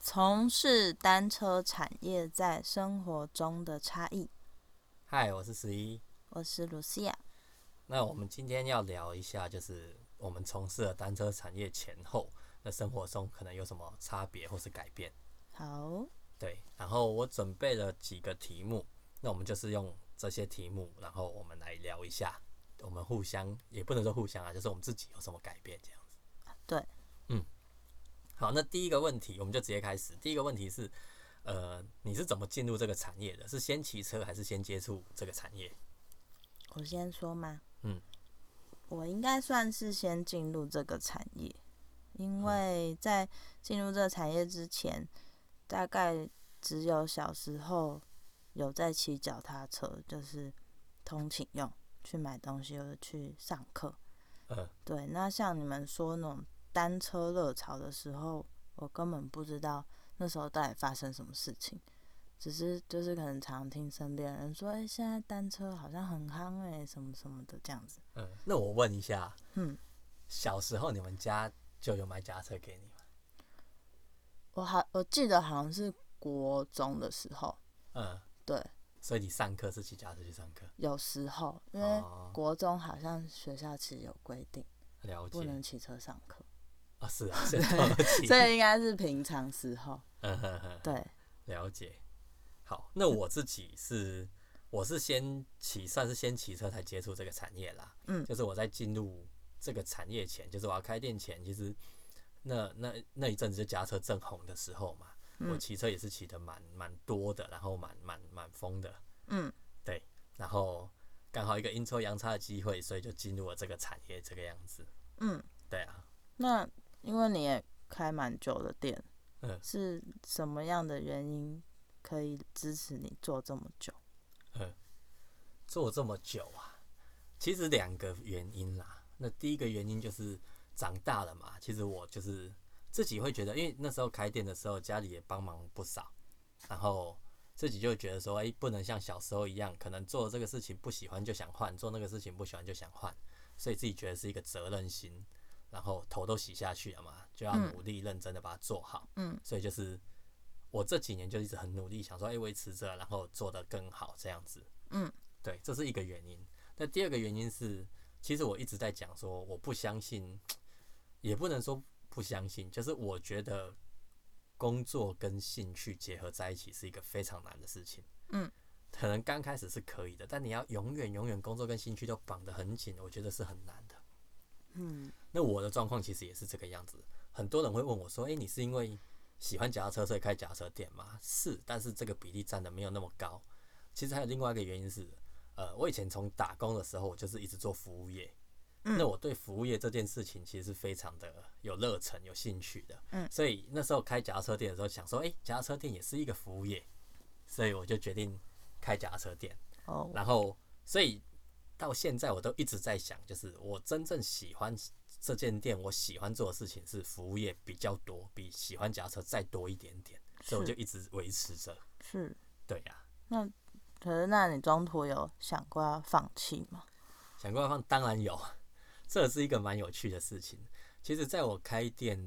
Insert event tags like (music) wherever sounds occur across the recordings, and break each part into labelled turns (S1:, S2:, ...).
S1: 从事单车产业在生活中的差异。
S2: 嗨，我是十一。
S1: 我是露西亚。
S2: 那我们今天要聊一下，就是我们从事了单车产业前后，那生活中可能有什么差别或是改变？
S1: 好，
S2: 对。然后我准备了几个题目，那我们就是用这些题目，然后我们来聊一下，我们互相也不能说互相啊，就是我们自己有什么改变这样子。
S1: 对，
S2: 嗯。好，那第一个问题，我们就直接开始。第一个问题是，呃，你是怎么进入这个产业的？是先骑车还是先接触这个产业？
S1: 我先说嘛。
S2: 嗯。
S1: 我应该算是先进入这个产业，因为在进入这个产业之前，大概只有小时候有在骑脚踏车，就是通勤用，去买东西或者去上课。
S2: 呃，
S1: 对，那像你们说那种单车热潮的时候，我根本不知道那时候到底发生什么事情，只是就是可能常听身边人说，哎、现在单车好像很夯哎、什么什么的这样子。
S2: 嗯，那我问一下，
S1: 嗯，
S2: 小时候你们家就有买夹车给你吗？
S1: 我好，我记得好像是国中的时候，
S2: 嗯，
S1: 对，
S2: 所以你上课是骑夹车去上课？
S1: 有时候因为
S2: 哦，
S1: 国中好像学校其实有规定
S2: 了
S1: 不
S2: 解
S1: 能骑车上课，
S2: 啊，是
S1: (laughs)
S2: 啊，是啊，对
S1: 所以应该是平常时候。
S2: (laughs) 嗯哼哼，
S1: 对，
S2: 了解。好，那我自己是我是先骑，算是先骑车才接触这个产业啦。
S1: 嗯
S2: 就是我在进入这个产业前，就是我要开店前，其实那那那一阵子就夹车正红的时候嘛，我
S1: 嗯
S2: 骑车也是骑的蛮蛮多的，然后蛮蛮蛮疯的。
S1: 嗯，
S2: 然后刚好一个阴错阳差的机会，所以就进入了这个产业这个样子。
S1: 嗯，
S2: 对啊，
S1: 那因为你也开蛮久的店。
S2: 嗯
S1: 是什么样的原因可以支持你做这么久？
S2: 做这么久啊，其实两个原因啦。那第一个原因就是长大了嘛，其实我就是自己会觉得，因为那时候开店的时候家里也帮忙不少，然后自己就觉得说，哎，不能像小时候一样，可能做这个事情不喜欢就想换，做那个事情不喜欢就想换，所以自己觉得是一个责任心，然后头都洗下去了嘛，就要
S1: 嗯
S2: 努力认真的把它做好。
S1: 嗯
S2: 所以就是我这几年就一直很努力，想说哎维持着，然后做得更好这样子。
S1: 嗯，
S2: 对，这是一个原因。那第二个原因是，其实我一直在讲说，我不相信，也不能说不相信，就是我觉得工作跟兴趣结合在一起是一个非常难的事情。
S1: 嗯，
S2: (laughs) 可能刚开始是可以的，但你要永远永远工作跟兴趣都绑得很紧，我觉得是很难的。
S1: 嗯
S2: 那我的状况其实也是这个样子。很多人会问我说：“诶，你是因为喜欢脚踏车所以开脚踏车店吗？”是，但是这个比例占的没有那么高。其实还有另外一个原因是，呃，我以前从打工的时候，我就是一直做服务业。
S1: 嗯
S2: 那我对服务业这件事情其实是非常的有热忱、有兴趣的。
S1: 嗯
S2: 所以那时候开脚踏车店的时候，想说：“诶，脚踏车店也是一个服务业。”所以我就决定开脚踏车店。
S1: 哦，
S2: 然后，所以到现在我都一直在想，就是我真正喜欢这间店，我喜欢做的事情是服务业比较多，比喜欢脚踏车再多一点点，所以我就是一直维持着。
S1: 是，
S2: 对啊呀、
S1: 可是那你中途有想过要放弃吗？
S2: 想过要放当然有， (laughs) 这是一个蛮有趣的事情。其实，在我开店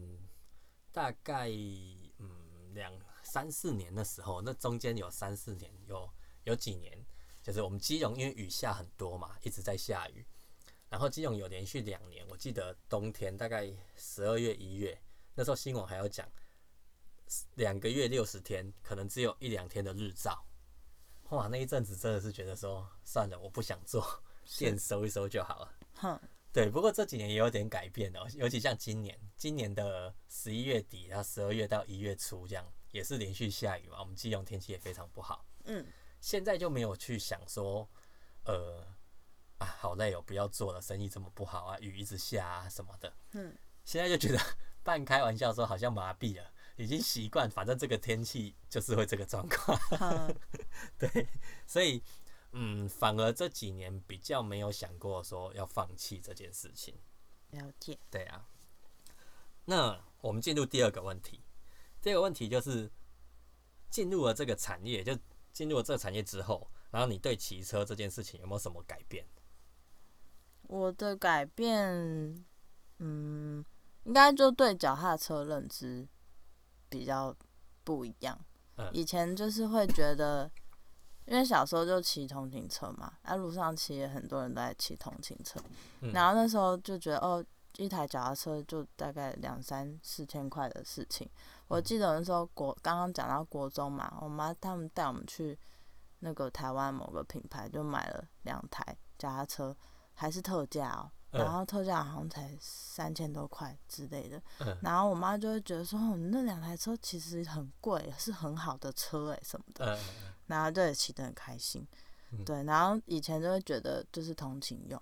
S2: 大概嗯两三四年的时候，那中间有三四年，有有几年，就是我们基隆因为雨下很多嘛，一直在下雨。然后基隆有连续两年，我记得冬天大概十二月、一月，那时候新闻还有讲，两个月六十天，可能只有一两天的日照。哇，那一阵子真的是觉得说，算了，我不想做，店收一收就好了。
S1: 哼，
S2: 对，不过这几年也有点改变哦，尤其像今年，今年的十一月底，然后十二月到一月初这样，也是连续下雨嘛，我们基隆天气也非常不好。
S1: 嗯，
S2: 现在就没有去想说，呃，啊，好累哦，不要做了，生意这么不好啊，雨一直下啊什么的。
S1: 嗯，
S2: 现在就觉得半开玩笑说好像麻痹了，已经习惯，反正这个天气就是会这个状况。
S1: 哼，
S2: (laughs) 对，所以嗯，反而这几年比较没有想过说要放弃这件事情。
S1: 了解。
S2: 对啊，那我们进入第二个问题，第二个问题就是进入了这个产业，就进入了这个产业之后，然后你对骑车这件事情有没有什么改变？
S1: 我的改变，嗯，应该就对脚踏车认知比较不一样。
S2: 嗯
S1: 以前就是会觉得，因为小时候就骑通勤车嘛，啊，路上其实很多人都在骑通勤车，
S2: 嗯
S1: 然后那时候就觉得哦，一台脚踏车就大概两三四千块的事情。我
S2: 嗯
S1: 记得那时候国刚刚讲到国中嘛，我妈他们带我们去那个台湾某个品牌，就买了两台脚踏车，还是特价哦。
S2: 嗯
S1: 然后特价好像才三千多块之类的，
S2: 嗯
S1: 然后我妈就会觉得说，哦，你那两台车其实很贵，是很好的车诶、什么的，
S2: 呃，
S1: 然后就也骑得很开心，
S2: 嗯
S1: 对，然后以前就会觉得就是通勤用。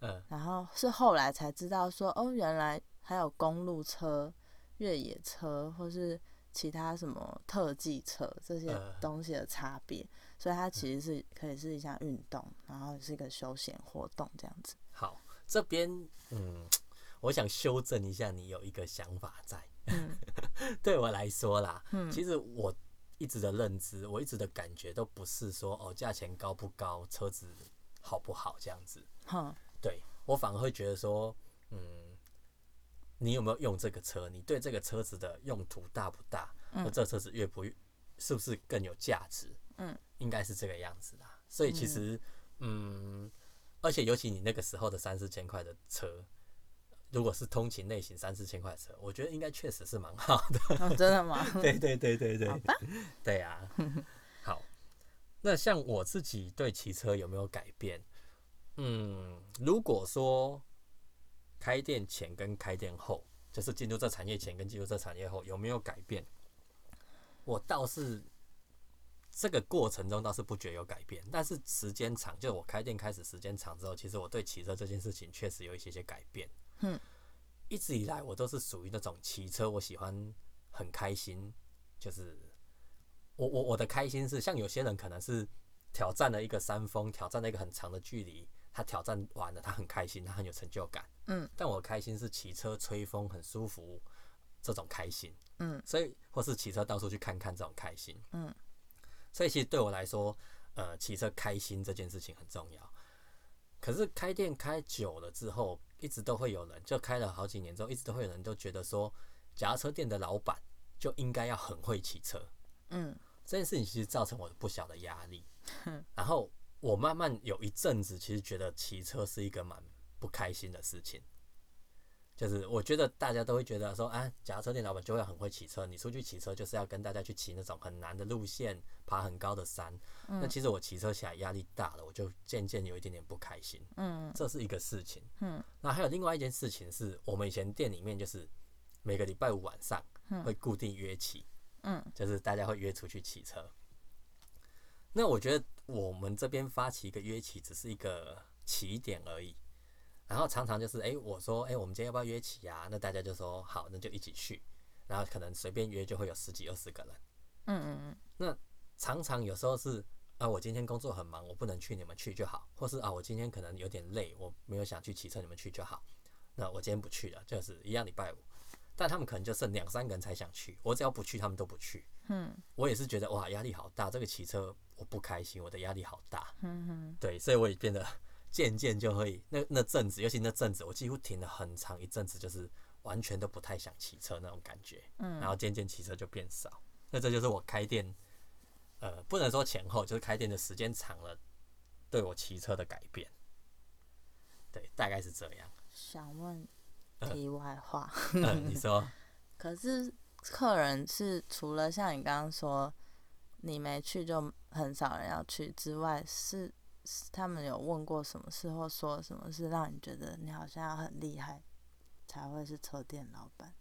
S2: 嗯
S1: 然后是后来才知道说，哦，原来还有公路车、越野车，或是其他什么特技车这些
S2: 嗯
S1: 东西的差别，所以它其实是可以是一项运动，然后是一个休闲活动这样子。
S2: 好，这边嗯，我想修正一下，你有一个想法在。
S1: 嗯
S2: (laughs) 对我来说啦，
S1: 嗯
S2: 其实我一直的认知，我一直的感觉都不是说哦，价钱高不高，车子好不好这样子。
S1: 哼，
S2: 对我反而会觉得说，嗯，你有没有用这个车？你对这个车子的用途大不大？
S1: 嗯
S2: 那这车子越不越是不是更有价值？
S1: 嗯，
S2: 应该是这个样子啦。所以其实，嗯而且尤其你那个时候的三四千块的车。如果是通勤类型三四千块的车，我觉得应该确实是蛮好的。
S1: (laughs) 哦，真的吗？
S2: 对对对对对，
S1: 好吧，
S2: (laughs)
S1: (laughs)
S2: 对啊，好。那像我自己对骑车有没有改变？嗯，如果说开店前跟开店后，就是进入这产业前跟进入这产业后有没有改变？我倒是这个过程中倒是不觉有改变，但是时间长，就我开店开始时间长之后，其实我对骑车这件事情确实有一些些改变。
S1: 嗯，
S2: 一直以来我都是属于那种骑车，我喜欢很开心，就是我我我的开心是，像有些人可能是挑战了一个山峰，挑战了一个很长的距离，他挑战完了，他很开心，他很有成就感。
S1: 嗯，
S2: 但我的开心是骑车吹风很舒服，这种开心。
S1: 嗯，
S2: 所以或是骑车到处去看看这种开心。
S1: 嗯，
S2: 所以其实对我来说，呃，骑车开心这件事情很重要。可是开店开久了之后，一直都会有人，就开了好几年之后，一直都会有人都觉得说，脚踏车店的老板就应该要很会骑车。
S1: 嗯
S2: 这件事情其实造成我不小的压力
S1: 哼。
S2: (laughs) 然后我慢慢有一阵子，其实觉得骑车是一个蛮不开心的事情。就是我觉得大家都会觉得说，啊，脚踏车店老板就会很会骑车，你出去骑车就是要跟大家去骑那种很难的路线，爬很高的山。
S1: 嗯
S2: 那其实我骑车起来压力大了，我就渐渐有一点点不开心。
S1: 嗯
S2: 这是一个事情。
S1: 嗯，
S2: 那还有另外一件事情是，我们以前店里面就是每个礼拜五晚上
S1: 嗯
S2: 会固定约骑，
S1: 嗯，
S2: 就是大家会约出去骑车。那我觉得我们这边发起一个约骑只是一个起点而已，然后常常就是诶，我说诶，我们今天要不要约骑啊？那大家就说好，那就一起去，然后可能随便约就会有十几二十个人。
S1: 嗯
S2: 常常有时候是啊，我今天工作很忙，我不能去，你们去就好；或是啊，我今天可能有点累，我没有想去骑车，你们去就好。那我今天不去了，就是一样礼拜五。但他们可能就剩两三个人才想去，我只要不去，他们都不去。
S1: 嗯
S2: 我也是觉得哇，压力好大，这个骑车我不开心，我的压力好大。
S1: 嗯嗯
S2: 对，所以我也变得渐渐就会那那阵子，尤其那阵子，我几乎停了很长一阵子，就是完全都不太想骑车那种感觉。
S1: 嗯
S2: 然后渐渐骑车就变少。那这就是我开店，呃，不能说前后，就是开店的时间长了，对我骑车的改变。对，大概是这样。
S1: 想问题外话，
S2: 嗯，你说，
S1: 可是客人是除了像你刚刚说你没去就很少人要去之外，是是他们有问过什么事或说什么事让你觉得你好像要很厉害才会是车店老板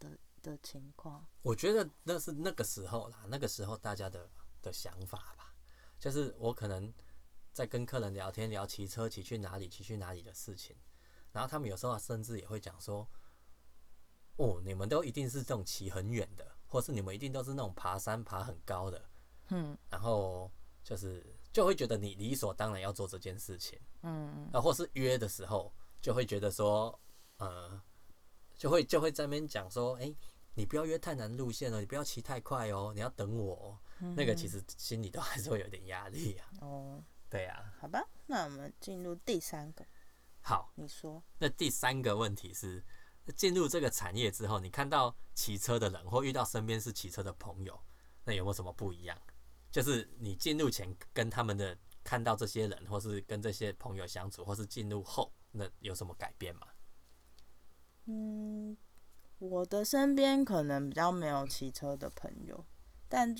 S1: 的的情况？
S2: 我觉得那是那个时候啦，那个时候大家的的想法吧，就是我可能在跟客人聊天，聊骑车骑去哪里，骑去哪里的事情，然后他们有时候甚至也会讲说，哦，你们都一定是这种骑很远的，或是你们一定都是那种爬山爬很高的，
S1: 嗯
S2: 然后就是就会觉得你理所当然要做这件事情，
S1: 嗯
S2: 啊，或是约的时候就会觉得说，呃，就会就会在那边讲说，哎、你不要约太难路线哦，你不要骑太快哦，你要等我哦、那个其实心里都还是会有点压力啊。
S1: 哦，
S2: 对啊，
S1: 好吧，那我们进入第三个，
S2: 好，
S1: 你说，
S2: 那第三个问题是，进入这个产业之后，你看到骑车的人或遇到身边是骑车的朋友，那有没有什么不一样？就是你进入前跟他们的看到这些人，或是跟这些朋友相处，或是进入后，那有什么改变吗？
S1: 嗯，我的身边可能比较没有骑车的朋友，但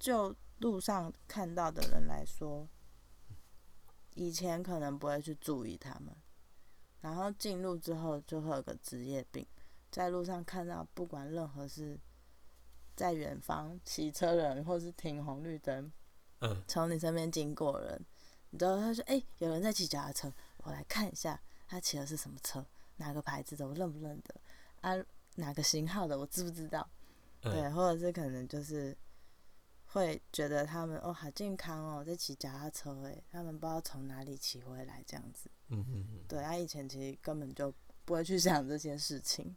S1: 就路上看到的人来说，以前可能不会去注意他们，然后进入之后就会有个职业病，在路上看到不管任何是在远方骑车人或是停红绿灯，
S2: 嗯，
S1: 从你身边经过的人，你都会说：“哎、有人在骑脚踏车，我来看一下他骑的是什么车，哪个牌子的，我认不认得啊？哪个型号的，我知不知道？”
S2: 嗯
S1: 对，或者是可能就是会觉得他们哦好健康哦，在骑脚踏车诶，他们不知道从哪里骑回来这样子。
S2: 嗯嗯嗯，
S1: 对，他、以前其实根本就不会去想这件事情。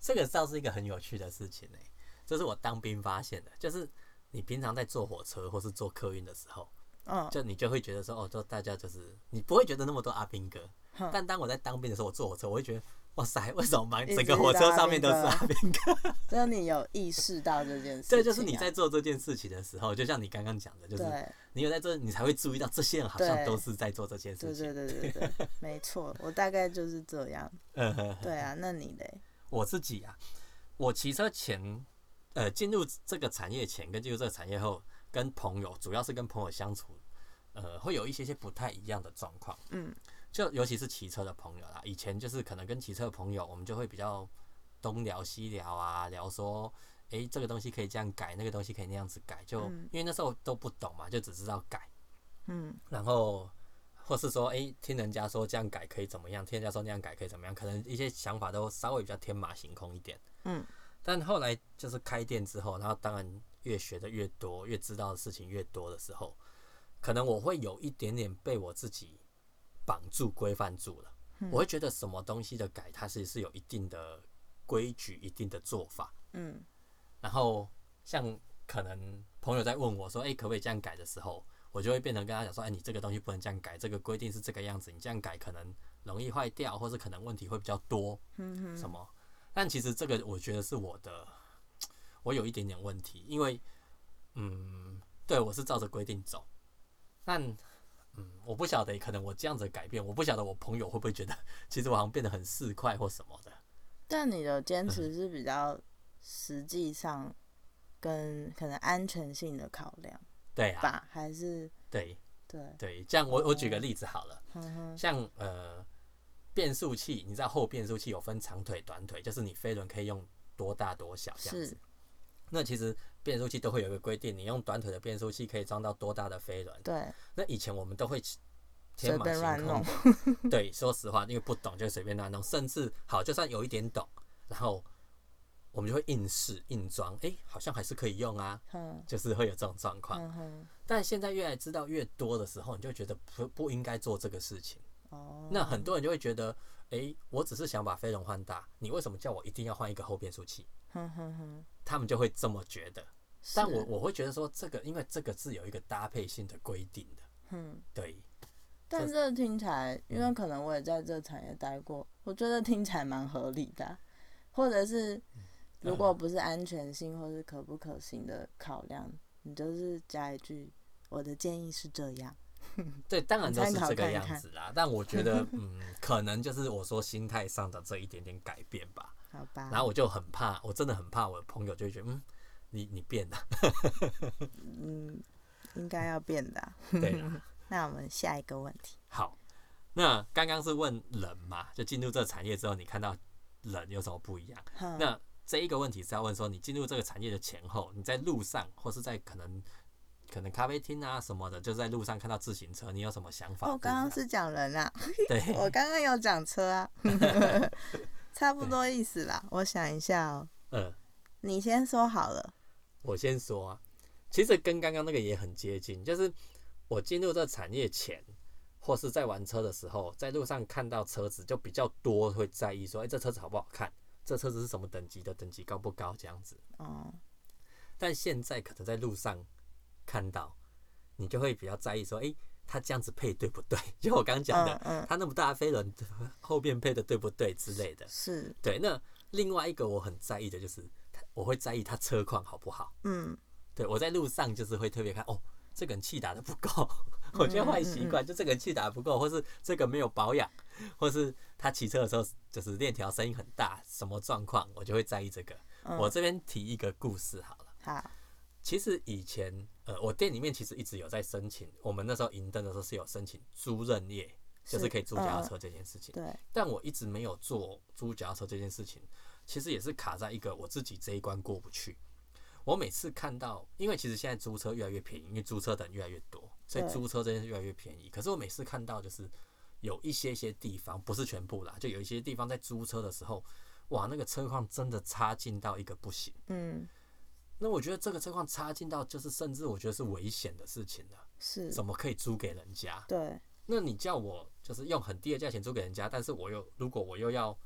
S2: 这个倒是一个很有趣的事情呢、欸这是我当兵发现的，就是你平常在坐火车或是坐客运的时候，
S1: 嗯，
S2: 就你就会觉得说，哦，就大家就是你不会觉得那么多阿兵哥
S1: 哼，
S2: 但当我在当兵的时候，我坐火车，我会觉得，哇塞，为什么满
S1: 嗯一直
S2: 整个火
S1: 遇到
S2: 车
S1: 阿
S2: 上面
S1: 兵
S2: 都是
S1: 哥啊 (laughs)
S2: 阿兵哥？
S1: 只有你有意识到这件事情啊、
S2: 这就是你在做这件事情的时候，就像你刚刚讲的，就是
S1: 对。
S2: 你有在做，你才会注意到这些人好像
S1: 对
S2: 都是在做这件
S1: 对
S2: 事情。
S1: 对对对
S2: (laughs)
S1: 对，没错，我大概就是这样。
S2: 嗯哼哼
S1: 对啊，那你嘞？
S2: 我自己啊，我骑车前，呃，进入这个产业前跟进入这个产业后，跟朋友主要是跟朋友相处，呃，会有一些些不太一样的状况。
S1: 嗯，
S2: 就尤其是骑车的朋友啦，以前就是可能跟骑车的朋友，我们就会比较东聊西聊啊，聊说，诶、这个东西可以这样改，那个东西可以那样子改，就、
S1: 嗯
S2: 因为那时候都不懂嘛，就只知道改。
S1: 嗯
S2: 然后或是说，诶，听人家说这样改可以怎么样，听人家说那样改可以怎么样，可能一些想法都稍微比较天马行空一点。
S1: 嗯
S2: 但后来就是开店之后，然后当然越学的越多，越知道的事情越多的时候，可能我会有一点点被我自己绑住、规范住了。我会觉得什么东西的改，它是是有一定的规矩、一定的做法。
S1: 嗯
S2: 然后像可能朋友在问我说：“哎、可不可以这样改？”的时候，我就会变成跟他讲说：“哎、你这个东西不能这样改，这个规定是这个样子，你这样改可能容易坏掉，或是可能问题会比较多，
S1: 嗯
S2: 什么？”但其实这个我觉得是我的，我有一点点问题，因为嗯，对我是照着规定走，但嗯，我不晓得可能我这样子改变，我不晓得我朋友会不会觉得， (laughs) 其实我好像变得很市侩或什么的。
S1: 但你的坚持是比较实际上跟可能安全性的考量
S2: 对啊，
S1: 吧，还是
S2: 对
S1: 对，
S2: 对，这样我我举个例子好了。
S1: 哼哼，
S2: 像呃变速器，你知道后变速器有分长腿、短腿，就是你飞轮可以用多大多小这样
S1: 是
S2: 子。那其实变速器都会有一个规定，你用短腿的变速器可以装到多大的飞轮。
S1: 对，
S2: 那以前我们都会
S1: 随
S2: 天马
S1: 便乱
S2: 行空
S1: 弄，
S2: (laughs) 对，说实话，因为不懂就随便乱弄，甚至好就算有一点懂，然后我们就会硬试硬装，诶，好像还是可以用啊，
S1: 嗯
S2: 就是会有这种状况。
S1: 嗯哼，
S2: 但现在越来知道越多的时候，你就觉得不不应该做这个事情。
S1: 哦，
S2: 那很多人就会觉得，诶，我只是想把飞龙换大，你为什么叫我一定要换一个后变速器？
S1: 哼哼哼，
S2: 他们就会这么觉得。
S1: 是
S2: 但我我会觉得说，这个因为这个是有一个搭配性的规定的，
S1: 嗯。
S2: 对，
S1: 但这听起来，因为可能我也在这产业待过，我觉得听起来蛮合理的啊，或者
S2: 嗯
S1: 是如果不是安全性或是可不可行的考量，你就是加一句我的建议是这样，
S2: 对，当然
S1: 你
S2: 都
S1: 参
S2: 是
S1: 考
S2: 这个
S1: 看一
S2: 样
S1: 看
S2: 子啦。但我觉
S1: (laughs)
S2: 得，嗯，可能就是我说心态上的这一点点改变吧。
S1: 好吧？
S2: 然后我就很怕，我真的很怕我的朋友就会觉得，嗯，你你变了，
S1: 嗯，应该要变的啊、
S2: 对啦。
S1: (laughs) 那我们下一个问题，
S2: 好，那刚刚是问人嘛，就进入这个产业之后，你看到人有什么不一样？
S1: 哼
S2: 那这一个问题是要问说，你进入这个产业的前后，你在路上或是在可能可能咖啡厅啊什么的，就是在路上看到自行车，你有什么想法
S1: 哦，
S2: 不一样？
S1: 刚刚是讲人
S2: (laughs)
S1: 啊，
S2: 对，
S1: 我刚刚有讲车
S2: (laughs)
S1: 啊，差不多意思啦。我想一下哦，
S2: 嗯，
S1: 你先说好了，
S2: 我先说啊，其实跟刚刚那个也很接近，就是我进入这产业前，或是在玩车的时候，在路上看到车子就比较多会在意说，哎、这车子好不好看？这车子是什么等级的？等级高不高？这样子。
S1: 哦，
S2: 但现在可能在路上看到，你就会比较在意说，诶，它这样子配对不对？ (laughs) 就我刚
S1: 嗯
S2: 讲的，
S1: 嗯，
S2: 它那么大的飞轮后面配的对不对之类的。
S1: 是，
S2: 对，那另外一个我很在意的就是，它我会在意它车况好不好。
S1: 嗯，
S2: 对我在路上就是会特别看，哦，这个人气打的不够， (laughs) 我觉得坏习
S1: 嗯
S2: 惯，就这个人气打得不够，或是这个没有保养，或是他骑车的时候就是链条声音很大，什么状况，我就会在意这个。
S1: 嗯
S2: 我这边提一个故事好了，
S1: 好，
S2: 其实以前呃，我店里面其实一直有在申请，我们那时候营登的时候是有申请租赁业，就是
S1: 是
S2: 可以租脚踏
S1: 嗯
S2: 车这件事情。
S1: 对，
S2: 但我一直没有做租脚踏车这件事情，其实也是卡在一个我自己这一关过不去。我每次看到，因为其实现在租车越来越便宜，因为租车的人越来越多，所以
S1: 对
S2: 租车这件事越来越便宜。可是我每次看到就是有一些些地方，不是全部啦，就有一些地方在租车的时候，哇，那个车况真的差劲到一个不行。
S1: 嗯，
S2: 那我觉得这个车况差劲到就是甚至我觉得是危险的事情了，
S1: 是，
S2: 怎么可以租给人家？
S1: 对，
S2: 那你叫我就是用很低的价钱租给人家，但是我又如果我又要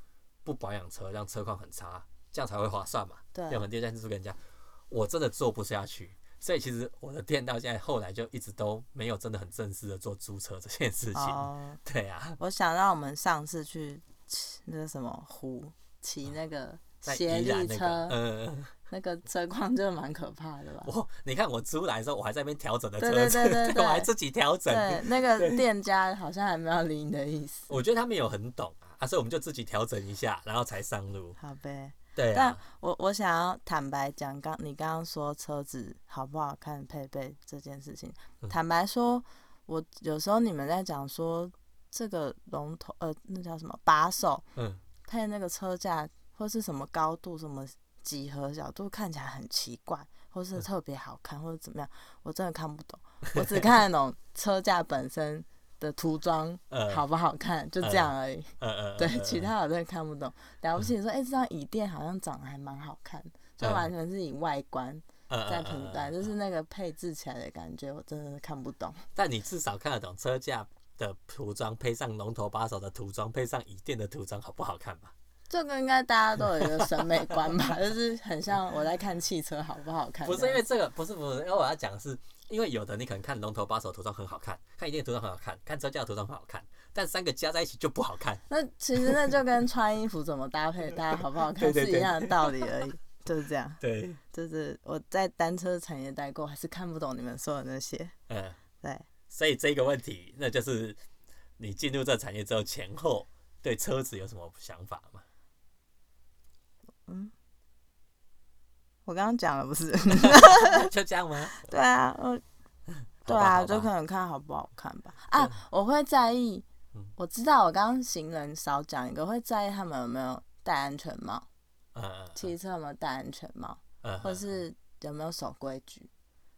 S2: 不保养车，让车况很差，这样才会划算嘛？
S1: 对
S2: 用很低的价钱租给人家，我真的做不下去。所以其实我的店到现在后来就一直都没有真的很正式的做租车这件事情。
S1: 哦，
S2: 对啊，
S1: 我想到我们上次去骑那个什么湖，骑那个
S2: (laughs) 在
S1: 斜
S2: 宜兰
S1: 立
S2: 那
S1: 车，
S2: 个，嗯，
S1: 那个车况就蛮可怕的吧？
S2: 我你看我租来的时候，我还在那边调整的车
S1: 对
S2: 子， (laughs)
S1: 对对对对
S2: 我还自己调整。
S1: 对，那个店家好像还没有理你的意思，
S2: 我觉得他们有很懂啊，啊，所以我们就自己调整一下，然后才上路。
S1: 好呗。
S2: 对
S1: 但
S2: 啊，
S1: 我我想要坦白讲，刚你刚刚说车子好不好看、配备这件事情，
S2: 嗯
S1: 坦白说，我有时候你们在讲说这个龙头呃，那叫什么把手
S2: 嗯，
S1: 配那个车架或是什么高度、什么几何角度，看起来很奇怪，或
S2: 嗯
S1: 是特别好看，或者怎么样，我真的看不懂，我
S2: (laughs)
S1: 只看得懂车架本身的涂装
S2: 呃，
S1: 好不好看，就这样而已。
S2: 呃，呃呃，
S1: 对，
S2: 呃
S1: 其他我真的看不懂。了不起说，哎、这张椅垫好像长得还蛮好看，就
S2: 嗯
S1: 完全是以外观
S2: 呃
S1: 在评断，
S2: 呃呃
S1: 就是那个配置起来的感觉，我真的是看不懂。
S2: 但你至少看得懂车架的涂装，配上龙头把手的涂装，配上椅垫的涂装，好不好看吧？
S1: 这个应该大家都有一个审美观
S2: (laughs)
S1: 吧，就是很像我在看汽车好不好看这样。
S2: 不是因为这个，不是不是，因为我要讲的是，因为有的你可能看龙头把手涂装很好看，看椅垫的涂装很好看，看车架的涂装很好看，但三个加在一起就不好看。
S1: (laughs) 那其实那就跟穿衣服怎么搭配，大家好不好看
S2: 对对
S1: 是一
S2: 对
S1: 样的道理而已，就是这样。
S2: 对，
S1: 就是我在单车产业待过，还是看不懂你们说的那些。
S2: 呃，
S1: 对，
S2: 所以这个问题，那就是你进入这产业之后前后对车子有什么想法吗？
S1: 我刚刚讲了不是？ (laughs)
S2: (laughs) 就这样吗？
S1: 对啊，我对
S2: 好吧
S1: 啊，
S2: 好吧
S1: 就可能看好不好看吧。啊，我会在意
S2: 嗯，
S1: 我知道我刚刚行人少讲一个，会在意他们有没有戴安全帽，
S2: 呃
S1: 骑车有没有戴安全帽，
S2: 呃，
S1: 或
S2: 呃
S1: 是有没有守规矩。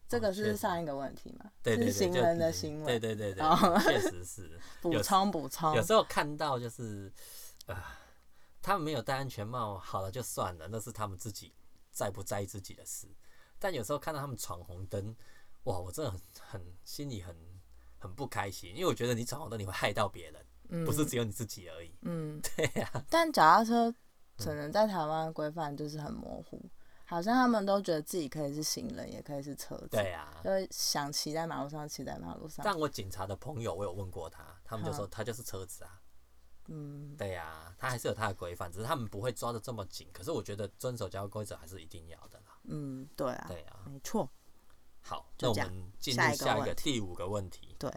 S1: 这个
S2: 哦确
S1: 是
S2: 实
S1: 上一个问题嘛？
S2: 对对对，
S1: 是行
S2: 就
S1: 人的
S2: 是
S1: 行
S2: 对
S1: 为。
S2: 对对
S1: 哦
S2: 对，确实是。
S1: 补
S2: 有
S1: 充补充
S2: 有，时候看到就是，呃，他们没有戴安全帽，好了就算了，那是他们自己在不在意自己的事。但有时候看到他们闯红灯，哇，我真的很很心里很很不开心，因为我觉得你闯红灯你会害到别人，
S1: 嗯
S2: 不是只有你自己而已。 (laughs)
S1: 嗯，对
S2: 啊
S1: 呀。但脚踏
S2: 嗯
S1: 车可能在台湾的规范就是很模糊，好像他们都觉得自己可以是行人，也可以是车子。
S2: 对啊
S1: 就，会想骑在马路上，骑在马路上。
S2: 但我警察的朋友我有问过他，他们就说他就是车子啊。
S1: 嗯，
S2: 对呀、他还是有他的规范，只是他们不会抓的这么紧。可是我觉得遵守交通规则还是一定要的啦。
S1: 嗯，对啊，
S2: 对啊，
S1: 没错，
S2: 好，那
S1: 就
S2: 我
S1: 这样
S2: 们进
S1: 下
S2: 入
S1: 一个
S2: 下一
S1: 问
S2: 个第五个问题。
S1: 对，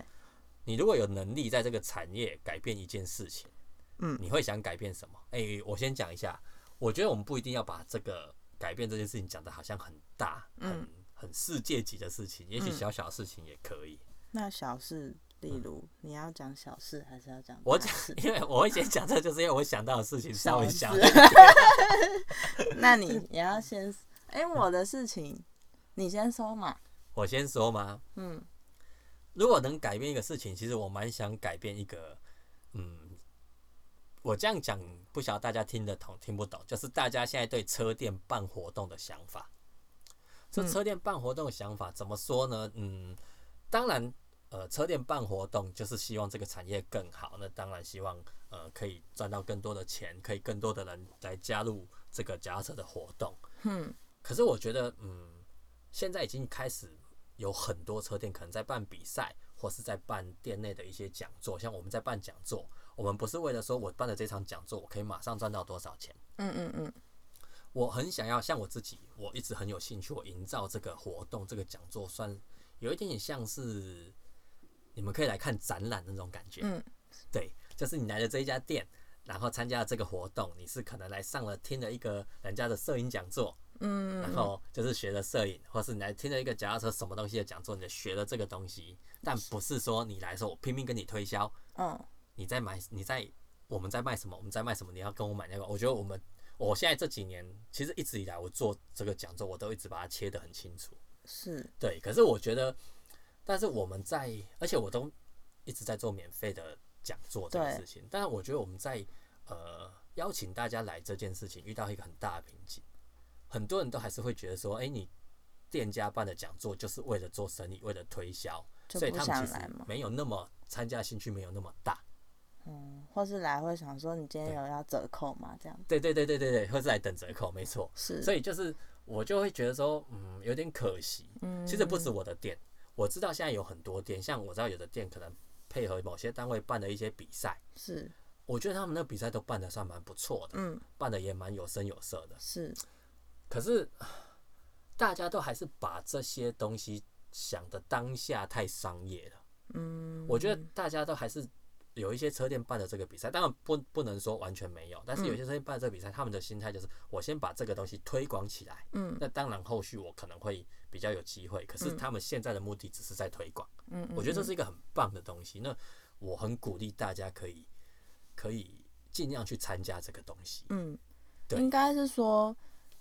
S2: 你如果有能力在这个产业改变一件事情，
S1: 嗯
S2: 你会想改变什么？哎、我先讲一下，我觉得我们不一定要把这个改变这件事情讲的好像很大，很、
S1: 嗯
S2: 很世界级的事情，也许小小的事情也可以。
S1: 那小事，例如你要讲小事，还是要讲
S2: 嗯
S1: (laughs)
S2: 我
S1: 大
S2: 讲 (laughs)
S1: 事，
S2: 因为我会先讲这，就是因为我想到
S1: (laughs)
S2: 的事情稍微小
S1: 事
S2: 一点。
S1: 那你也要先，哎、
S2: 嗯
S1: 我的事情你先说嘛。
S2: 我先说吗？
S1: 嗯，
S2: 如果能改变一个事情，其实我蛮想改变一个，嗯，我这样讲不晓得大家听得懂听不懂，就是大家现在对车店办活动的想法。这
S1: 嗯
S2: 车店办活动的想法怎么说呢？嗯，当然，呃，车店办活动就是希望这个产业更好，那当然希望呃可以赚到更多的钱，可以更多的人来加入这个脚踏车的活动。
S1: 哼，
S2: 可是我觉得，嗯，现在已经开始有很多车店可能在办比赛，或是在办店内的一些讲座，像我们在办讲座，我们不是为了说我办了这场讲座，我可以马上赚到多少钱。
S1: 嗯嗯嗯，
S2: 我很想要像我自己，我一直很有兴趣，我营造这个活动、这个讲座，算有一点点像是你们可以来看展览的那种感觉。
S1: 嗯，
S2: 对，就是你来了这一家店，然后参加了这个活动，你是可能来上了听了一个人家的摄影讲座，嗯，然后就是学了摄影，或是你来听了一个脚踏车什么东西的讲座，你就学了这个东西，但不是说你来说我拼命跟你推销，
S1: 哦，
S2: 你在买，你在我们在卖什么，我们在卖什么，你要跟我买那个。我觉得我们我现在这几年其实一直以来我做这个讲座，我都一直把它切得很清楚。
S1: 是，
S2: 对，可是我觉得，但是我们在，而且我都一直在做免费的讲座这件
S1: 对
S2: 事情，但是我觉得我们在呃邀请大家来这件事情遇到一个很大的瓶颈，很多人都还是会觉得说，哎、你店家办的讲座就是为了做生意，为了推销，
S1: 就
S2: 所以
S1: 不
S2: 他们
S1: 想
S2: 其
S1: 来
S2: 实
S1: 嘛
S2: 没有那么参加兴趣没有那么大。
S1: 嗯，或是来会想说你今天
S2: 对
S1: 有要折扣吗？这样
S2: 对对对对对对，会是来等折扣，没错。
S1: 是，
S2: 所
S1: 以
S2: 以就是我就会觉得说，嗯，有点可惜。
S1: 嗯，
S2: 其实不止我的店，我知道现在有很多店，像我知道有的店可能配合某些单位办的一些比赛，
S1: 嗯是，
S2: 我觉得他们那个比赛都办得算蛮不错的，
S1: 嗯
S2: 办得也蛮有声有色的。
S1: 是，
S2: 可是大家都还是把这些东西想的当下太商业了。
S1: 嗯，
S2: 我觉得大家都还是有一些车店办的这个比赛，当然不不能说完全没有，但是有些车店办的这个比赛，他们的心态就是我先把这个东西推广起来，
S1: 嗯
S2: 那当然后续我可能会比较有机会，可是他们现在的目的只是在推广，
S1: 嗯，
S2: 我觉得这
S1: 嗯
S2: 是一个很棒的东西，那我很鼓励大家可以可以尽量去参加这个东西，
S1: 嗯，
S2: 对
S1: 应该是说，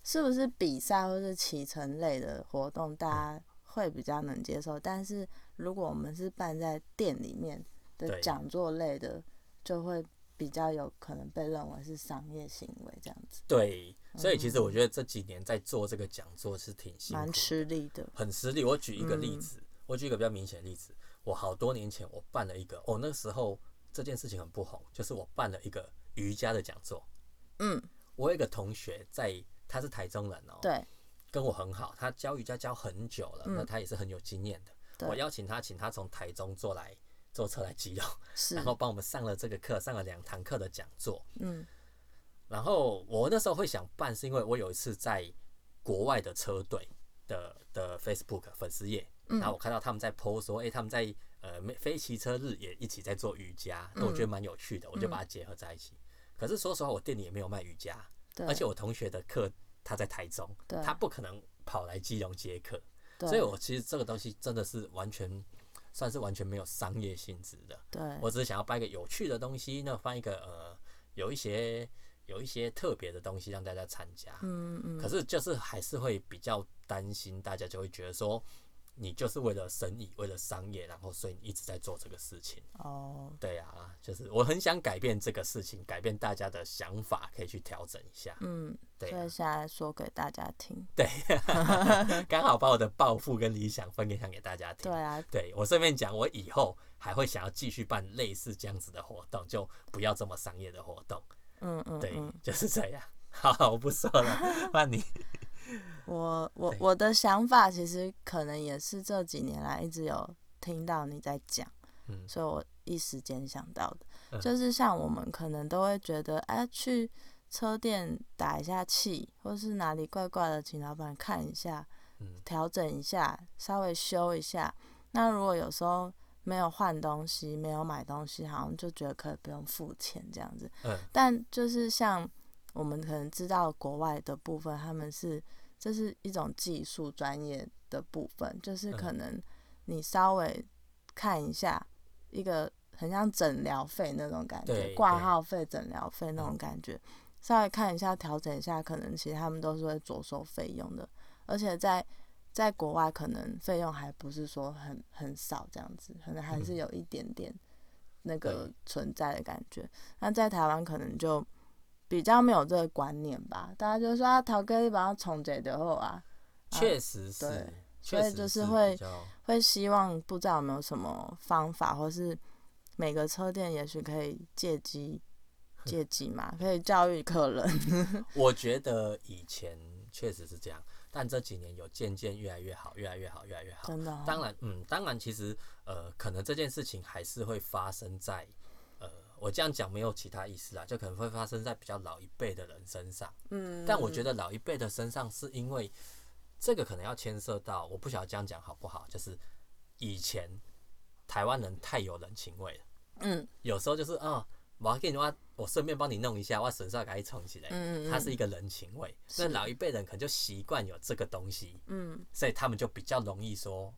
S1: 是不是比赛或是骑乘类的活动，大家会比较能接受？但是如果我们是办在店里面的
S2: 对
S1: 讲座类的，就会比较有可能被认为是商业行为这样子，
S2: 对，所以其实我觉得这几年在做这个讲座是挺辛
S1: 嗯
S2: 苦
S1: 蛮嗯
S2: 的
S1: 吃力的。
S2: 很吃力。我举一个例子，我举一个比较明显的例子，我好多年前我办了一个，哦，那时候这件事情很不红，就是我办了一个瑜伽的讲座。
S1: 嗯，
S2: 我有一个同学在，他是台中人哦，
S1: 对，嗯
S2: 跟我很好，他教瑜伽教很久了，那他也是很有经验的。
S1: 对
S2: 我邀请他，请他从台中坐来坐车来基隆，
S1: 是
S2: 然，后帮我们上了这个课，上了两堂课的讲座。
S1: 嗯
S2: 然后我那时候会想办，是因为我有一次在国外的车队的的 Facebook 粉丝页，
S1: 嗯
S2: 然后我看到他们在 PO 说，诶，他们在呃没非骑车日也一起在做瑜伽，
S1: 嗯
S2: 那我觉得蛮有趣的，我就把它结合在一起。可是说实话，我店里也没有卖瑜伽，
S1: 对
S2: 而且我同学的课他在台中，
S1: 对
S2: 他不可能跑来基隆接课，
S1: 对
S2: 所以我其实这个东西真的是完全算是完全没有商业性质的。
S1: 对
S2: 我只是想要办一个有趣的东西，那办一个呃有一些有一些特别的东西让大家参加。
S1: 嗯嗯
S2: 可是就是还是会比较担心，大家就会觉得说你就是为了生意、为了商业，然后所以你一直在做这个事情。
S1: 哦，
S2: 对啊，就是我很想改变这个事情，改变大家的想法，可以去调整一下。
S1: 嗯，所
S2: 对啊
S1: 以现在说给大家听，
S2: 刚好把我的抱负跟理想分享给大家听
S1: 对。啊，
S2: 对我顺便讲，我以后还会想要继续办类似这样子的活动，就不要这么商业的活动。
S1: 嗯嗯
S2: 对
S1: 嗯。，
S2: 就是这样。 (laughs) 好，我不说了，换你。
S1: 我我
S2: 对
S1: 我的想法其实可能也是这几年来一直有听到你在讲，
S2: 嗯
S1: 所以我一时间想到的，
S2: 嗯
S1: 就是像我们可能都会觉得，哎、去车店打一下气，或是哪里怪怪的，请老板看一下，
S2: 嗯
S1: 调整一下，稍微修一下。那如果有时候没有换东西，没有买东西，好像就觉得可以不用付钱这样子。 (laughs)
S2: 嗯
S1: 但就是像我们可能知道国外的部分，他们是这是一种技术专业的部分，就是
S2: 嗯
S1: 可能你稍微看一下一个很像诊疗费那种感觉，
S2: 对
S1: 挂
S2: 对嗯
S1: 号费、诊疗费那种感觉，稍微看一下、调整一下，可能其实他们都是会着收费用的，而且在。在国外可能费用还不是说很很少这样子，可能还是
S2: 嗯
S1: 有一点点那个
S2: 对
S1: 存在的感觉。那在台湾可能就比较没有这个观念吧，大家就说啊，头家你帮我重解的后啊，
S2: 确实
S1: 对
S2: 是，
S1: 所以
S2: 确实
S1: 就是
S2: 比
S1: 会
S2: 较
S1: 会希望不知道有没有什么方法，或是每个车店也许可以借
S2: (laughs)
S1: 机借机嘛，可以教育客人。 (laughs)
S2: 我觉得以前确实是这样，但这几年有渐渐越来越好，越来越好，越来越好。
S1: 真的、哦。
S2: 当然，嗯，当然，其实呃，可能这件事情还是会发生在呃，我这样讲没有其他意思啦，就可能会发生在比较老一辈的人身上。
S1: 嗯，
S2: 但我觉得老一辈的身上是因为这个可能要牵涉到，我不晓得这样讲好不好，就是以前台湾人太有人情味了，
S1: 嗯
S2: 有时候就是啊，我要跟你说，我顺便帮你弄一下，我损失要给你冲起来，
S1: 嗯嗯，
S2: 它是一个人情味。那老一辈人可能就习惯有这个东西，
S1: 嗯
S2: 所以他们就比较容易说，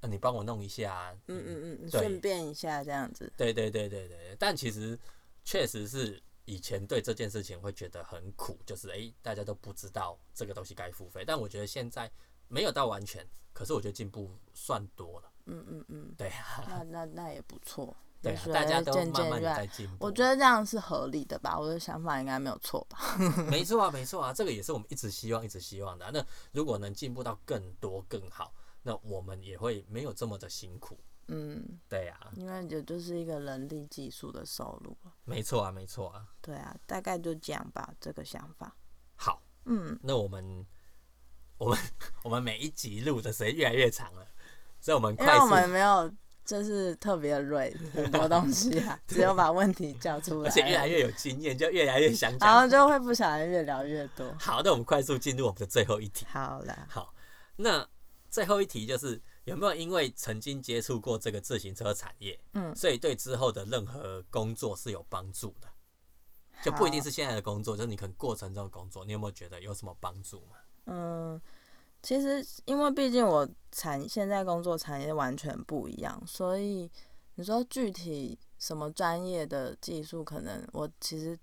S2: 呃、你帮我弄一下、啊，
S1: 嗯嗯嗯，
S2: 对
S1: 顺便一下这样子。
S2: 对对对对对，但其实确实是以前对这件事情会觉得很苦，就是诶，大家都不知道这个东西该付费。但我觉得现在没有到完全，可是我觉得进步算多了。
S1: 嗯嗯嗯，
S2: 对啊，
S1: 那那那也不错。
S2: 对
S1: 就
S2: 啊，
S1: 是
S2: 大家都
S1: 渐
S2: 慢
S1: 渐
S2: 慢
S1: 越
S2: 的
S1: 来
S2: 在进步。
S1: 我觉得这样是合理的吧？我的想法应该没有错吧？
S2: 没错啊，没错啊，这个也是我们一直希望、一直希望的啊、那如果能进步到更多、更好，那我们也会没有这么的辛苦。
S1: 嗯，
S2: 对啊，
S1: 因为也就是一个人力技术的收入了。
S2: 没错啊，没错啊。
S1: 对啊，大概就这样吧，这个想法。
S2: 好，
S1: 嗯，
S2: 那我们我们我们每一集录的时间越来越长了，所以我们
S1: 因为
S2: 快
S1: 我
S2: 速，
S1: 们没有就是特别锐很多东西
S2: (laughs)
S1: 啊，只有把问题叫出
S2: 而
S1: 来，
S2: 且越来越有经验，就越来越想
S1: 然
S2: 讲。
S1: 后就会不小心越聊越多。
S2: 好，那我们快速进入我们的最后一题。
S1: 好啦，
S2: 好，那最后一题就是有没有因为曾经接触过这个自行车产业，
S1: 嗯
S2: 所以对之后的任何工作是有帮助的？就不一定是现在的工作，就是你可能过程中的工作，你有没有觉得有什么帮助吗？
S1: 嗯，其实因为毕竟我产现在工作产业完全不一样，所以你说具体什么专业的技术，可能我其实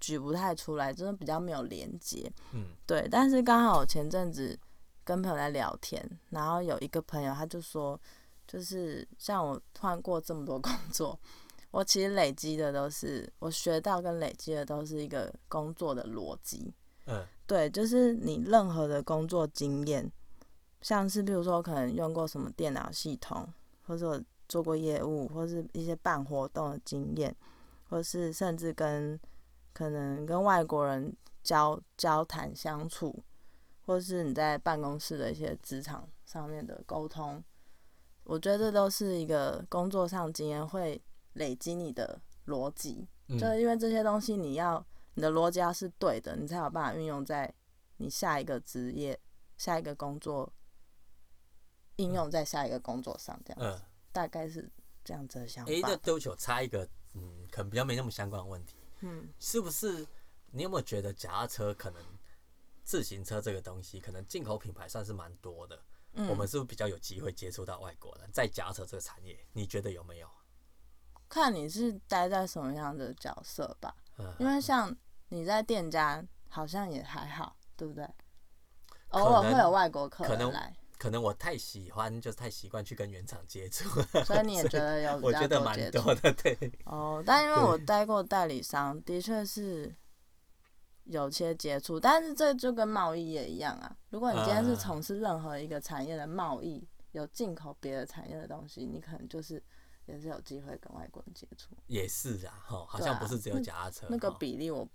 S1: 举不太出来，真的比较没有连接。
S2: 嗯
S1: 对，但是刚好我前阵子跟朋友在聊天，然后有一个朋友他就说，就是像我换过这么多 (laughs) 工作，我其实累积的都是我学到跟累积的都是一个工作的逻辑。
S2: 嗯
S1: 对，就是你任何的工作经验，像是比如说我可能用过什么电脑系统，或者我做过业务，或是一些办活动的经验，或是甚至跟可能跟外国人交交谈相处，或是你在办公室的一些职场上面的沟通，我觉得这都是一个工作上经验会累积你的逻辑。就是
S2: 嗯
S1: 因为这些东西，你要你的逻辑要是对的，你才有办法运用在你下一个职业、下一个工作，应用在下一个工作上，这样、
S2: 嗯，
S1: 大概是这样子的想
S2: 诶，那
S1: 法。
S2: 对不起，我插一个，嗯，可能比较没那么相关的问题，
S1: 嗯，
S2: 是不是？你有没有觉得脚踏车可能自行车这个东西，可能进口品牌算是蛮多的，
S1: 嗯
S2: 我们是不是比较有机会接触到外国人在夹扯这个产业？你觉得有没有？
S1: 看你是待在什么样的角色吧，因
S2: 嗯，
S1: 为像你在店家好像也还好，对不对？
S2: 可
S1: 偶尔会
S2: 能
S1: 有外国客
S2: 可能
S1: 人来，
S2: 可能我太喜欢，就是太习惯去跟原厂接触，
S1: 所以你也觉得有比
S2: (laughs) 我
S1: 较
S2: 觉
S1: 多
S2: 得
S1: 接
S2: 蛮
S1: 触
S2: 多的。对，
S1: 哦，但因为我待过代理商，的确是有些接触，但是这就跟贸易也一样啊。如果你今天是
S2: 啊
S1: 从事任何一个产业的贸易，有进口别的产业的东西，你可能就是也是有机会跟外国人接触。
S2: 也是啊，吼，好
S1: 对
S2: 像
S1: 啊
S2: 不是只有夹车、
S1: 那个
S2: 吼
S1: 比例我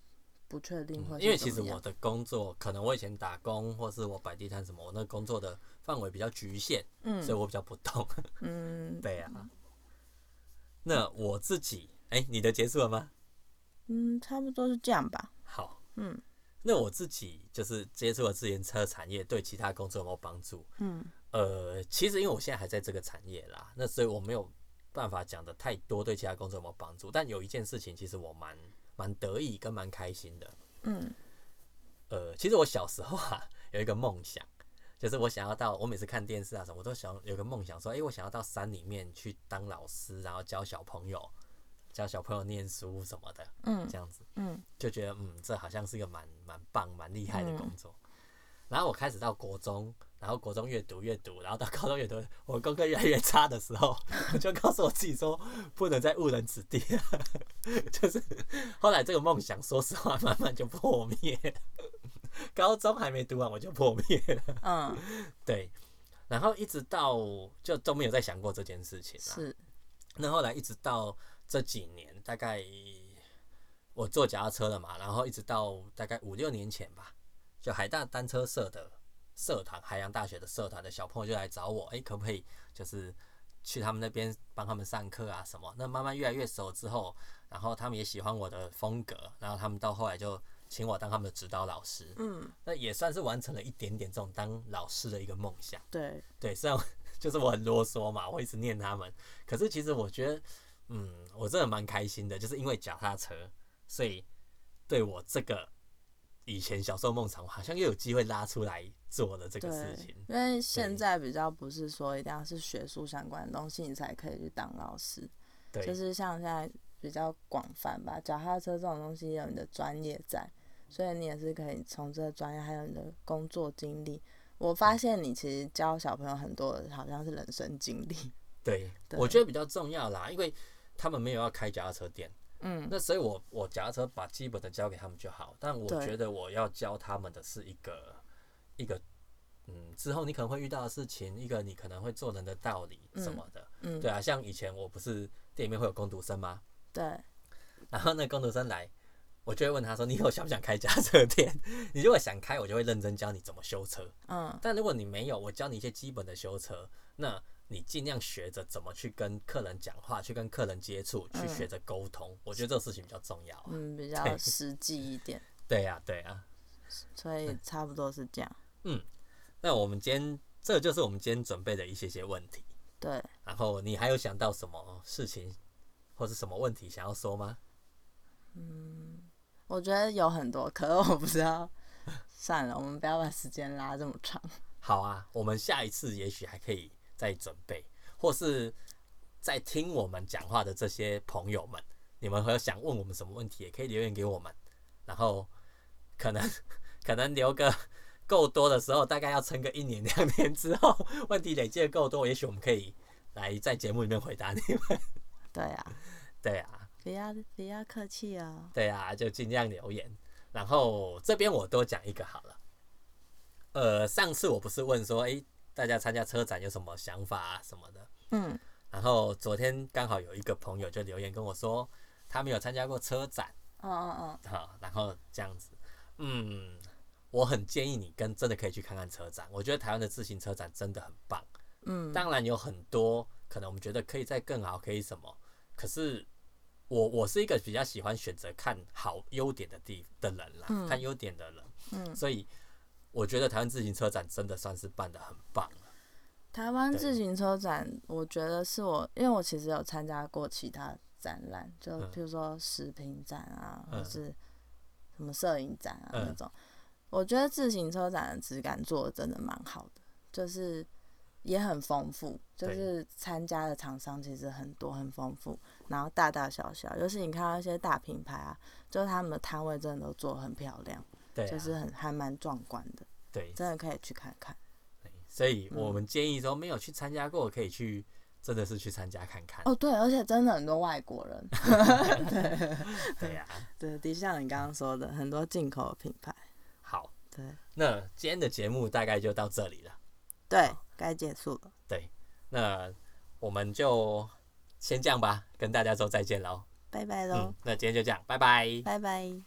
S1: 不确定会是怎么样、
S2: 嗯因为其实我的工作，可能我以前打工或是我摆地摊什么，我那工作的范围比较局限，所以
S1: 嗯
S2: 我比较不懂。
S1: 嗯
S2: 对啊，那我自己，哎、你的结束了吗？
S1: 嗯，差不多是这样吧。
S2: 好，
S1: 嗯
S2: 那我自己就是接触了自行车产业，对其他工作有没有帮助？
S1: 嗯
S2: 呃，其实因为我现在还在这个产业啦，那所以我没有办法讲的太多对其他工作有没有帮助。但有一件事情，其实我蛮蛮得意跟蛮开心的。
S1: 嗯
S2: 呃，其实我小时候啊有一个梦想，就是我想要到我每次看电视啊什么，我都想有个梦想说，诶，我想要到山里面去当老师，然后教小朋友，教小朋友念书什么的，
S1: 嗯
S2: 这样子。
S1: 嗯
S2: 就觉得嗯，这好像是一个蛮蛮棒、蛮厉害的工作。然后我开始到国中，然后国中越读越读，然后到高中越读，我功课越来越差的时候，我就告诉我自己说，不能再误人子弟了。 (laughs) 就是后来这个梦想，说实话，慢慢就破灭了。高中还没读完，我就破灭了。
S1: 嗯，
S2: (laughs) 对，然后一直到就都没有再想过这件事情啦。
S1: 是
S2: 那后来一直到这几年，大概我坐脚踏车了嘛，然后一直到大概五六年前吧，就海大单车社的社团海洋大学的社团的小朋友就来找我，诶，可不可以就是去他们那边帮他们上课啊什么？那慢慢越来越熟之后，然后他们也喜欢我的风格，然后他们到后来就请我当他们的指导老师，
S1: 嗯，
S2: 那也算是完成了一点点这种当老师的一个梦想。
S1: 对，
S2: 对，虽然我 (laughs) 就是我很啰嗦嘛，我一直念他们，可是其实我觉得，嗯，我真的蛮开心的，就是因为脚踏车，所以对我这个以前小时候梦想，我好像又有机会拉出来做的这个事
S1: 对
S2: 情。，
S1: 因为现
S2: 对
S1: 在比较不是说一定要是学术相关的东西你才可以去当老师，
S2: 对，
S1: 就是像现在比较广泛吧，脚踏车这种东西有你的专业在，所以你也是可以从这个专业还有你的工作经历。我发现你其实教小朋友很多好像是人生经历，
S2: (laughs) 对，
S1: 对
S2: 我觉得比较重要啦，因为他们没有要开脚踏车店，
S1: 嗯，
S2: 那所以我我脚踏车把基本的交给他们就好，但我
S1: 对
S2: 觉得我要教他们的是一个一个，嗯，之后你可能会遇到的事情，一个你可能会做人的道理什么的，
S1: 嗯
S2: 对啊，像以前我不是店里面会有工读生吗？
S1: 对，
S2: 然后那工读生来，我就会问他说：“你以后想不想开家车店？” (laughs) 你如果想开，我就会认真教你怎么修车。
S1: 嗯
S2: 但如果你没有，我教你一些基本的修车，那你尽量学着怎么去跟客人讲话，去跟客人接触，去学着沟通。我觉得这个事情比较重要啊。
S1: 嗯，比较
S2: 对
S1: 实际一
S2: (laughs)
S1: 点，
S2: 对呀、对啊呀、
S1: 所以差不多是这样。
S2: 那我们今天这就是我们今天准备的一些些问题。
S1: 对，
S2: 然后你还有想到什么事情，或是什么问题想要说吗？
S1: 我觉得有很多，可是我不知道。 (laughs) 算了，我们不要把时间拉这么长。
S2: 好啊，我们下一次也许还可以再准备，或是在听我们讲话的这些朋友们，你们还有想问我们什么问题，也可以留言给我们。然后可能 (laughs) 可能留个够多的时候，大概要撑个一年两年之后，问题累积的够多，也许我们可以来在节目里面回答你们。
S1: 对啊，
S2: 对啊，
S1: 不要不要客气哦。
S2: 对啊，就尽量留言。然后这边我多讲一个好了。呃，上次我不是问说，诶，大家参加车展有什么想法啊什么的？
S1: 嗯，
S2: 然后昨天刚好有一个朋友就留言跟我说，他没有参加过车展，
S1: 哦哦
S2: 哈、然后这样子，嗯，我很建议你跟真的可以去看看车展，我觉得台湾的自行车展真的很棒，
S1: 哦，嗯，
S2: 当然有很多可能我们觉得可以再更好，可以什么，可是我我是一个比较喜欢选择看好优点的地的人啦，
S1: 嗯
S2: 看优点的人，
S1: 嗯
S2: 所以我觉得台湾自行车展真的算是办得很棒了，
S1: 台湾
S2: 对
S1: 自行车展，我觉得是我，因为我其实有参加过其他展览，就
S2: 嗯
S1: 譬如说食品展啊，
S2: 嗯
S1: 或是什么摄影展啊、
S2: 嗯
S1: 那种。我觉得自行车展的质感做的真的蛮好的，就是也很丰富，就
S2: 对
S1: 是参加的厂商其实很多很丰富，然后大大小小，尤其你看到一些大品牌啊，就是他们的摊位真的都做得很漂亮，
S2: 对、啊，
S1: 就是很还蛮壮观的，
S2: 对，
S1: 真的可以去看看。
S2: 所以
S1: 嗯
S2: 我们建议说，没有去参加过，可以去，真的是去参加看看。
S1: 哦，对，而且真的很多外国人，
S2: 对啊呀、
S1: (laughs) 对，的确像你刚刚说的，很多进口品牌，
S2: 好，
S1: 对
S2: 那今天的节目大概就到这里了。
S1: 对，该结束了。
S2: 对，那我们就先这样吧，跟大家说再见喽。
S1: 拜拜喽，
S2: 嗯，那今天就这样，拜拜。
S1: 拜拜。